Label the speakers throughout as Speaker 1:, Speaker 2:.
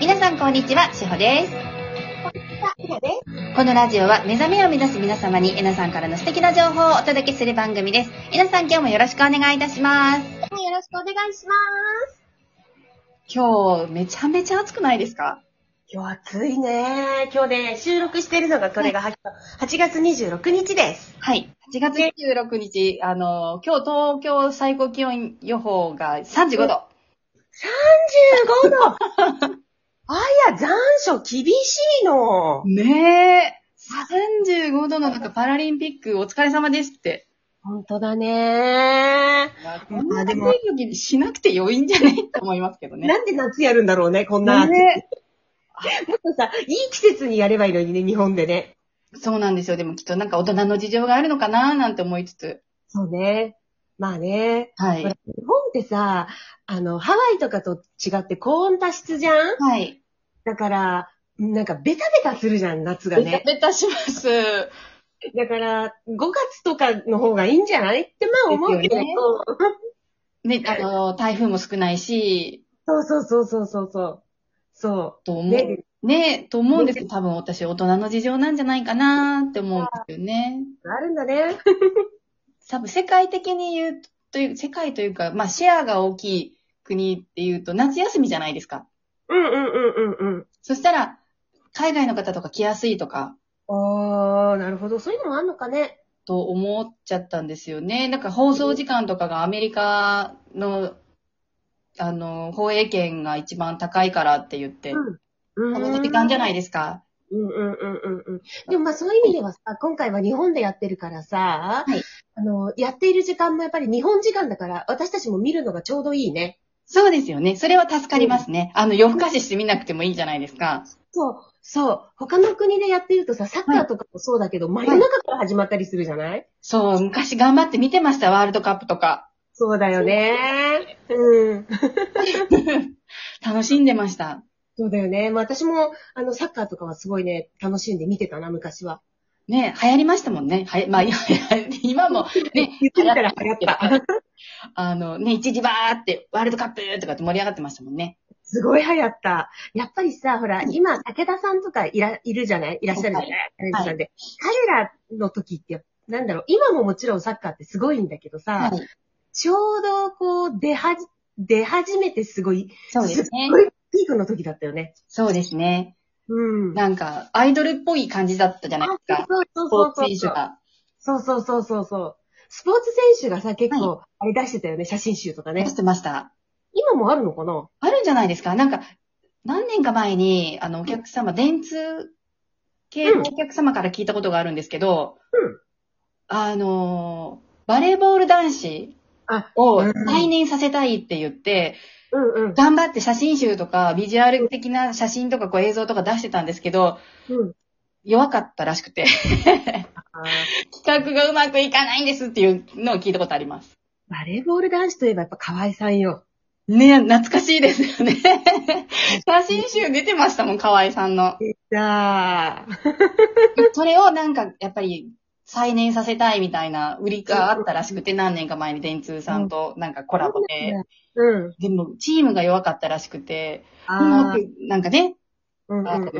Speaker 1: 皆さんこんにちは、しほです。このラジオは目覚めを目指す皆様にえなさんからの素敵な情報をお届けする番組です。えなさん今日もよろしくお願いいたします。
Speaker 2: はい、よろしくお願いします。
Speaker 1: 今日めちゃめちゃ暑くないですか
Speaker 2: 今日暑いね。今日ね、収録してるのがこれが8月26日です。
Speaker 1: はい。8月26日、あの、今日東京最高気温予報が35度。
Speaker 2: 15度 あいや、残暑厳しいの。
Speaker 1: ねえ。35度の中パラリンピックお疲れ様ですって。
Speaker 2: 本当だね。
Speaker 1: こんな暑い時にしなくて良いんじゃないと思いますけどね。
Speaker 2: なんで夏やるんだろうね、こんな暑い。
Speaker 1: ね
Speaker 2: もっとさ、いい季節にやればいいのにね、日本でね。
Speaker 1: そうなんですよ。でもきっとなんか大人の事情があるのかななんて思いつつ。
Speaker 2: そうね。まあね。
Speaker 1: は
Speaker 2: ほ
Speaker 1: い
Speaker 2: ら。日本ってさ、あの、ハワイとかと違って高温多湿じゃん
Speaker 1: はい。
Speaker 2: だから、なんかベタベタするじゃん、夏が
Speaker 1: ベ
Speaker 2: ね
Speaker 1: タ。ベタします。
Speaker 2: だから、5月とかの方がいいんじゃないってまあ思うけど。
Speaker 1: ですね、あの、台風も少ないし、
Speaker 2: そうそうそうそうそうそう。そ
Speaker 1: と
Speaker 2: う。
Speaker 1: 思う。
Speaker 2: ね。
Speaker 1: ね、と思うんですけど、多分私大人の事情なんじゃないかなって思うんですよね。
Speaker 2: あるんだね。
Speaker 1: 多分世界的に言うという、世界というか、まあシェアが大きい国っていうと夏休みじゃないですか。
Speaker 2: うんうんうんうんうん。
Speaker 1: そしたら、海外の方とか来やすいとか、
Speaker 2: あー、なるほど。そういうのもあんのかね。
Speaker 1: と思っちゃったんですよね。なんか放送時間とかがアメリカの、あの、放映権が一番高いからって言って、
Speaker 2: う。
Speaker 1: この時間じゃないいですか。
Speaker 2: うんうんうんうんうん。でもまあそういう意味ではさ、今回は日本でやってるからさ、
Speaker 1: はい
Speaker 2: あの、やっている時間もやっぱり日本時間だから、私たちも見るのがちょうどいいね。
Speaker 1: そうですよね。それは助かりますね。あの、夜更かしして見なくてもいいじゃないですか。
Speaker 2: そう、そう。他の国でやってるとさ、サッカーとかもそうだけど、真夜中から始まったりするじゃない
Speaker 1: そう、昔頑張って見てました、ワールドカップとか。
Speaker 2: そうだよね。うん。
Speaker 1: 楽しんでました。
Speaker 2: そうだよね。まあ私も、あの、サッカーとかはすごいね、楽しんで見てたな、昔は。
Speaker 1: ね、流行りましたもんね。はや、まあ、い や今 も、ね、
Speaker 2: 言ってみたら流行った。
Speaker 1: あの、ね、一時バーって、ワールドカップとかって盛り上がってましたもんね。
Speaker 2: すごい流行った。やっぱりさ、ほら、今、武田さんとかいら、いるじゃないいらっしゃるじゃない、
Speaker 1: はい
Speaker 2: タレントさんで。彼らの時って、なんだろう、今ももちろんサッカーってすごいんだけど
Speaker 1: は
Speaker 2: さ、
Speaker 1: い。
Speaker 2: ちょうどこう、出はじ、出始めてすごい、
Speaker 1: そうですね
Speaker 2: す。ごいピークの時だったよね。
Speaker 1: そうですね。
Speaker 2: うん。
Speaker 1: なんか、アイドルっぽい感じだったじゃないです
Speaker 2: あ
Speaker 1: か。
Speaker 2: そうそう
Speaker 1: スポ
Speaker 2: そう
Speaker 1: ーツ
Speaker 2: そう。
Speaker 1: 選手が。
Speaker 2: そうそうそうそうそう。スポーツ選手がさ、結構、あれ出してたよね、写真集とか
Speaker 1: 出
Speaker 2: ね
Speaker 1: し。てました。
Speaker 2: 今もあるのかな
Speaker 1: あるんじゃないですかなんか、何年か前に、あの、お客様、電通系のお客様から聞いたことがあるんですけど、
Speaker 2: うん
Speaker 1: あのー、バレーボール男子
Speaker 2: あ
Speaker 1: を
Speaker 2: うん
Speaker 1: 退任させたいって言って、
Speaker 2: うんうん。
Speaker 1: 頑張って写真集とか、ビジュアル的な写真とか、こう映像とか出してたんですけど、
Speaker 2: うん。
Speaker 1: 弱かったらしくて、
Speaker 2: あー
Speaker 1: 企画がうまくいかないんですっていうのを聞いたことあります。
Speaker 2: バレーボール男子といえばやっぱ河合さんよ。
Speaker 1: ね懐かしいですよね。 写真集出てましたもん、河合さんの。
Speaker 2: じゃあ、
Speaker 1: それをなんか、やっぱり、再燃させたいみたいな売りがあったらしくて、何年か前に電通さんとなんかコラボで。
Speaker 2: うん。
Speaker 1: でも、チームが弱かったらしくて、うま
Speaker 2: あ
Speaker 1: く、なんかね、
Speaker 2: あ、うん
Speaker 1: あ
Speaker 2: うん
Speaker 1: の。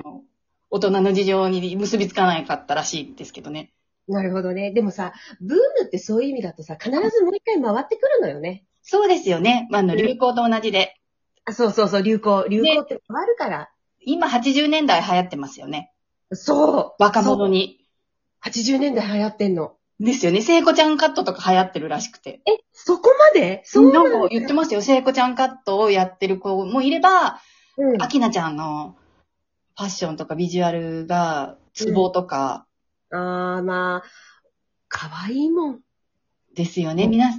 Speaker 1: 大人の事情に結びつかなかったらしいですけどね。
Speaker 2: なるほどね。でもさ、ブームってそういう意味だとさ、必ずもう一回回ってくるのよね。
Speaker 1: そうですよね。まあ、あの、
Speaker 2: うん
Speaker 1: 流行と同じで。
Speaker 2: あ、そうそうそう、流行。流行って変わるから。
Speaker 1: 今、80年代流行ってますよね。
Speaker 2: そう。
Speaker 1: 若者
Speaker 2: そう。
Speaker 1: に。
Speaker 2: 80年代流行ってんの。
Speaker 1: ですよね。聖子ちゃんカットとか流行ってるらしくて。
Speaker 2: そこまで
Speaker 1: そう
Speaker 2: な
Speaker 1: なんんか言ってましたよ。聖子ちゃんカットをやってる子もいれば、
Speaker 2: うん
Speaker 1: アキナちゃんのファッションとかビジュアルが、ツボとか
Speaker 2: あー、まあ、可愛いもん。
Speaker 1: ですよね。
Speaker 2: うん
Speaker 1: 皆、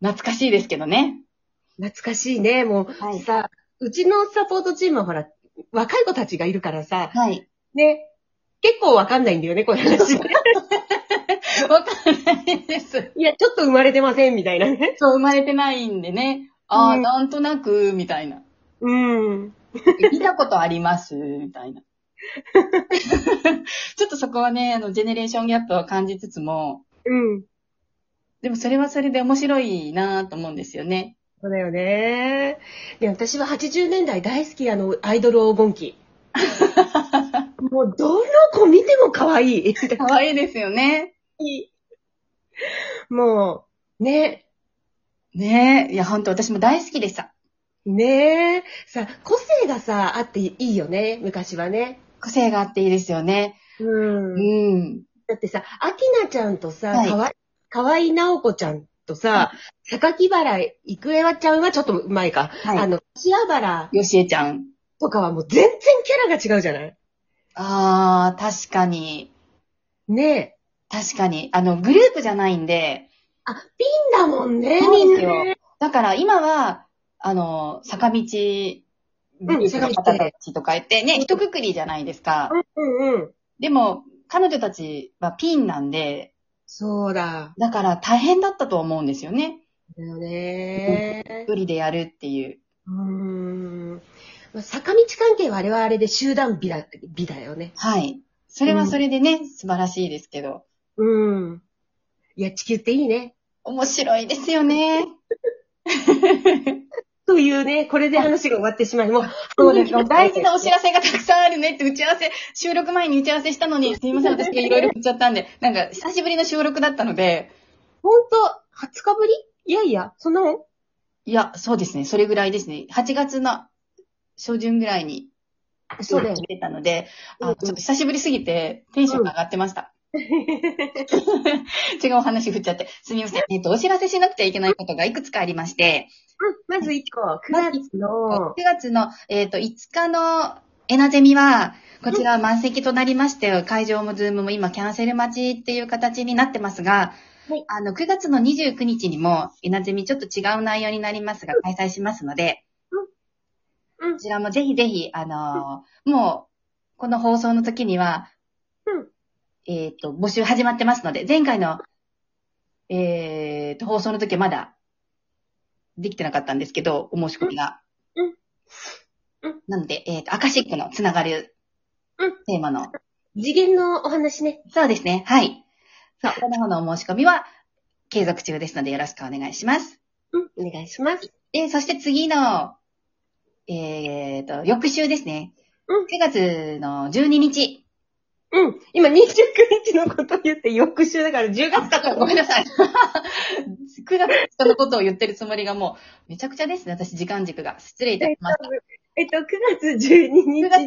Speaker 1: 懐かしいですけどね。
Speaker 2: 懐かしいね。もう、
Speaker 1: は。
Speaker 2: さ、うちのサポートチームはほら、若い子たちがいるからさ、
Speaker 1: はい。
Speaker 2: ね、結構わかんないんだよね、こういう 話。
Speaker 1: わかんないです。
Speaker 2: いや、ちょっと生まれてません、みたいなね。
Speaker 1: そう、生まれてないんでね。ああ、
Speaker 2: うん
Speaker 1: なんとなく、みたいな。
Speaker 2: うん。
Speaker 1: 見たことあります、みたい な。ちょっとそこはね、あの、ジェネレーションギャップを感じつつも、
Speaker 2: うん。
Speaker 1: でもそれはそれで面白いなぁと思うんですよね。
Speaker 2: そうだよね。で、私は80年代大好き、あの、アイドル黄金 期。もう、どの子見ても可愛い。
Speaker 1: 可愛いですよね。
Speaker 2: もう、ね、
Speaker 1: ねえ。いや、ほんと私も大好きでした。
Speaker 2: ねえ。さ、個性がさ、あっていいよね、昔はね。
Speaker 1: 個性があっていいですよね。
Speaker 2: う。
Speaker 1: うんん。
Speaker 2: だってさ、アキナちゃんとさ、
Speaker 1: はい
Speaker 2: かわい、かわいなおこちゃんとさ、榊原郁恵ちゃんはちょっと前か。
Speaker 1: はい
Speaker 2: あの、シアバラ
Speaker 1: よしえちゃん。
Speaker 2: とかはもう全然キャラが違うじゃない
Speaker 1: ああ、確かに。
Speaker 2: ねえ。
Speaker 1: 確かに。あの、グループじゃないんで、
Speaker 2: あ、ピンだもんね、
Speaker 1: そう
Speaker 2: みん
Speaker 1: で
Speaker 2: な
Speaker 1: すよ
Speaker 2: ね。
Speaker 1: だから今は、あの、坂道、グループの方たちとか言ってね、一括りじゃないですか。
Speaker 2: うんうん。
Speaker 1: でも、彼女たちはピンなんで、
Speaker 2: そうだ。
Speaker 1: だから大変だったと思うんですよね。
Speaker 2: だよね。
Speaker 1: 一人でやるっていう。
Speaker 2: うーん。まあ坂道関係はあれはあれで集団美だ、美だよね。
Speaker 1: はい。それはそれでね、素晴らしいですけど。
Speaker 2: うん。いや、地球っていいね。
Speaker 1: 面白いですよね。
Speaker 2: というね、これで話が終わってしまい、 もう、
Speaker 1: 大事なお知らせがたくさんあるねって打ち合わせ、収録前に打ち合わせしたのに、すみません、私がいろいろ振っちゃったんで、なんか久しぶりの収録だったので、
Speaker 2: ほんと、20日ぶりいやいや、そんなもん
Speaker 1: いや、そうですね、それぐらいですね。8月の初旬ぐらいに、
Speaker 2: そうだよね
Speaker 1: 決。めたので、
Speaker 2: うんう
Speaker 1: あ、
Speaker 2: ん
Speaker 1: ちょっと久しぶりすぎて、テンションが上がってました。違うお話振っちゃって。すみません。えっと、お知らせしなくちゃいけないことがいくつかありまして、
Speaker 2: うん、 まず1個、9月
Speaker 1: 9
Speaker 2: の、
Speaker 1: 月の、えっと、5日のエナゼミは、こちらは満席となりまして、会場もズームも今キャンセル待ちっていう形になってますが、
Speaker 2: はい
Speaker 1: あの、9月の29日にも、エナゼミちょっと違う内容になりますが、開催しますので、
Speaker 2: うん
Speaker 1: こちらもぜひぜひ、あのーもう、この放送の時には、
Speaker 2: うん
Speaker 1: えっ、と、募集始まってますので、前回の、えっ、と、放送の時はまだ、できてなかったんですけど、お申し込みが。
Speaker 2: うんうん
Speaker 1: なので、えっ、と、アカシックのつながる、
Speaker 2: うん
Speaker 1: テーマの、
Speaker 2: 次元のお話ね。
Speaker 1: そうですね、はい。そう、この方のお申し込みは、継続中ですので、よろしくお願いします。
Speaker 2: うん、お願いします。
Speaker 1: で、そして次の、えっ、と、翌週ですね。
Speaker 2: う
Speaker 1: 9
Speaker 2: ん
Speaker 1: 月の12日。
Speaker 2: うん、今29日のこと言って、翌週だから10月かと
Speaker 1: ご
Speaker 2: 思
Speaker 1: め
Speaker 2: い
Speaker 1: んなさい。9月人のことを言ってるつもりがもう、めちゃくちゃですね。私、時間軸が。失礼いたしました。
Speaker 2: えっと、9月12日に。
Speaker 1: 9月12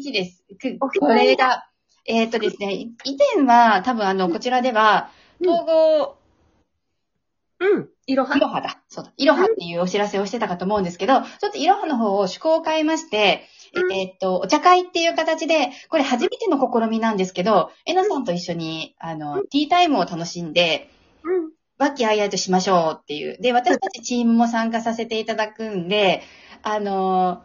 Speaker 1: 日です。く
Speaker 2: お
Speaker 1: これが、えっ、とですね、以前は、多分あの、こちらでは、
Speaker 2: うん
Speaker 1: 統合、。
Speaker 2: うん。いろはい
Speaker 1: ろはだ。そうだ。いろはっていうお知らせをしてたかと思うんですけど、ちょっといろはの方を趣向を変えまして、
Speaker 2: うん
Speaker 1: えーっと、お茶会っていう形で、これ初めての試みなんですけど、えなさんと一緒に、あの、ティータイムを楽しんで、
Speaker 2: うん。
Speaker 1: 和気あいあいとしましょうっていう。で、私たちチームも参加させていただくんで、あの、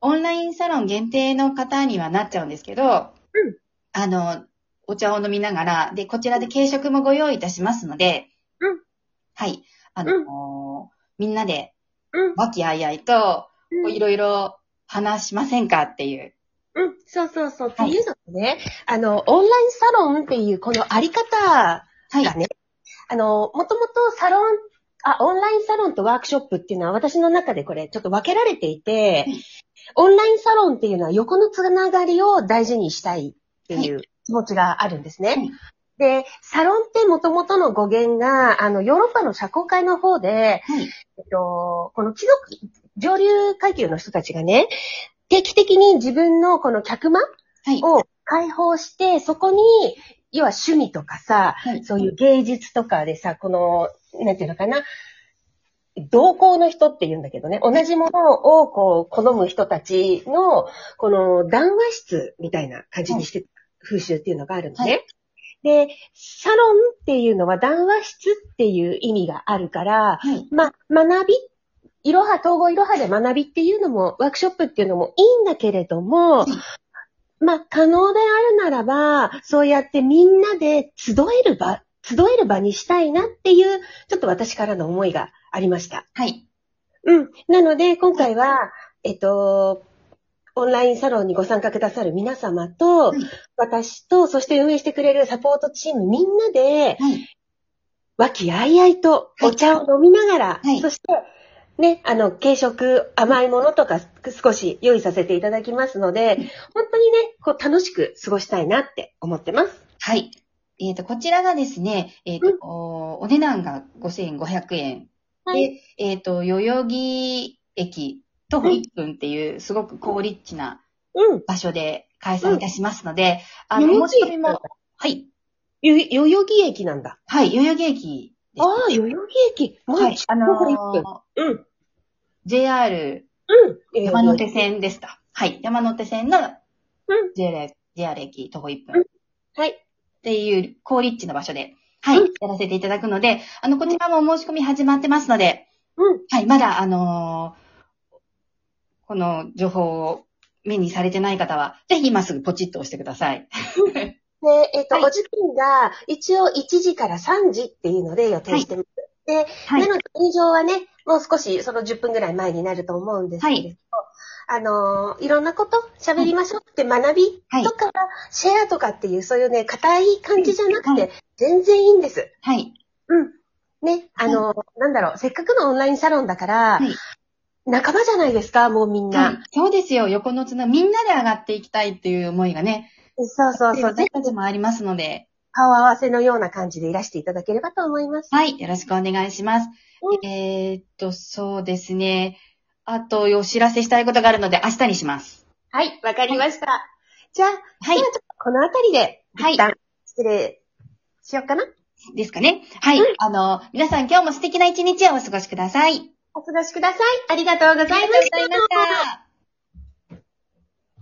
Speaker 1: オンラインサロン限定の方にはなっちゃうんですけど、あの、お茶を飲みながら、で、こちらで軽食もご用意いたしますので、
Speaker 2: うん
Speaker 1: はい。あの、みんなで
Speaker 2: うん。
Speaker 1: 和気あいあいと、
Speaker 2: う
Speaker 1: いろいろ話しませんかっていう。
Speaker 2: うん、そうそうそう。って
Speaker 1: はい
Speaker 2: いうのもね、あの、オンラインサロンっていうこのあり方
Speaker 1: はい。
Speaker 2: がね、あの、もともとサロン、あ、オンラインサロンとワークショップっていうのは私の中でこれちょっと分けられていて
Speaker 1: はい、
Speaker 2: オンラインサロンっていうのは横のつながりを大事にしたいっていう気持ちがあるんですね。
Speaker 1: はい
Speaker 2: で、サロンってもともとの語源が、あの、ヨーロッパの社交界の方で、
Speaker 1: はい
Speaker 2: えっと、この貴族、上流階級の人たちがね、定期的に自分のこの客間
Speaker 1: はい。
Speaker 2: を解放して、そこに、要は趣味とかさ、
Speaker 1: はい
Speaker 2: そういう芸術とかでさ、この、なんていうのかな、同行の人って言うんだけどね、同じものをこう、好む人たちの、この談話室みたいな感じにして、風習っていうのがあるのね。
Speaker 1: は
Speaker 2: で、サロンっていうのは談話室っていう意味があるから、
Speaker 1: はい。
Speaker 2: ま、学び、いろは、統合いろはで学びっていうのも、ワークショップっていうのもいいんだけれど
Speaker 1: い、
Speaker 2: もまあ、可能であるならば、そうやってみんなで集える場、集える場にしたいなっていう、ちょっと私からの思いがありました。
Speaker 1: はい。
Speaker 2: うん。なので、今回は、えっと、オンラインサロンにご参加くださる皆様と、
Speaker 1: はい
Speaker 2: 私と、そして運営してくれるサポートチームみんなで、
Speaker 1: はい。
Speaker 2: 和気あいあいとお茶を飲みながら、
Speaker 1: はい
Speaker 2: そして、ね、あの、軽食、甘いものとか少し用意させていただきますので、本当にね、こう楽しく過ごしたいなって思ってます。
Speaker 1: はい。えっ、と、こちらがですね、えっ、と、おお値段が5500円。
Speaker 2: はい
Speaker 1: で、えっ、と、代々木駅徒歩1分っていう、すごく高立地な
Speaker 2: うん。
Speaker 1: 場所で開催いたしますので、あ
Speaker 2: 代
Speaker 1: の、
Speaker 2: 々
Speaker 1: 申
Speaker 2: 木
Speaker 1: し
Speaker 2: 駅
Speaker 1: 込みも、はい。
Speaker 2: ゆ、代々木駅なんだ。
Speaker 1: はい、代々木駅です。
Speaker 2: ああ、代々木駅。もう
Speaker 1: はい、あ
Speaker 2: あの
Speaker 1: のー
Speaker 2: うん。
Speaker 1: JR
Speaker 2: うん。
Speaker 1: 山手線でした。はい、山手線の
Speaker 2: うん
Speaker 1: JR, JR 駅徒歩1
Speaker 2: う
Speaker 1: 分
Speaker 2: んはい。
Speaker 1: っていう高立地の場所で、はい、
Speaker 2: う
Speaker 1: やらせていただくので、あの、こちらも申し込み始まってますので、
Speaker 2: うん。
Speaker 1: はい、まだあのーこの情報を目にされてない方は、ぜひ今すぐポチッと押してください。
Speaker 2: で、えっ、と、
Speaker 1: はい
Speaker 2: お時間が一応1時から3時っていうので予定してます。で、
Speaker 1: はい
Speaker 2: なので入場はね、もう少しその10分ぐらい前になると思うんですけれど、あのーいろんなこと喋りましょうって学び
Speaker 1: はい
Speaker 2: とか、シェアとかっていうそういうね、硬い感じじゃなく
Speaker 1: は
Speaker 2: て、全然いいんです。
Speaker 1: はい、
Speaker 2: ね、あのーなんだろう、せっかくのオンラインサロンだか
Speaker 1: は
Speaker 2: ら、
Speaker 1: い
Speaker 2: 仲間じゃないですか、もうみんな。
Speaker 1: はい。そうですよ、横のつな、みんなで上がっていきたいっていう思いがね、
Speaker 2: そうそうそう、ぜ
Speaker 1: 私
Speaker 2: ひ
Speaker 1: たちもありますので、
Speaker 2: 顔合わせのような感じでいらしていただければと思います。
Speaker 1: はい、よろしくお願いします。
Speaker 2: う
Speaker 1: えーっと、そうですね。あと、お知らせしたいことがあるので、明日にします。
Speaker 2: はい、わかりました。じゃあ、
Speaker 1: はい
Speaker 2: では、ちょっとこのあたりで、
Speaker 1: はい
Speaker 2: 一旦失礼しようかな。
Speaker 1: ですかね。はい。
Speaker 2: うん
Speaker 1: あの、皆さん今日も素敵な一日をお過ごしください。
Speaker 2: お過ごしください。ありがとうございま
Speaker 1: ありがとうございました。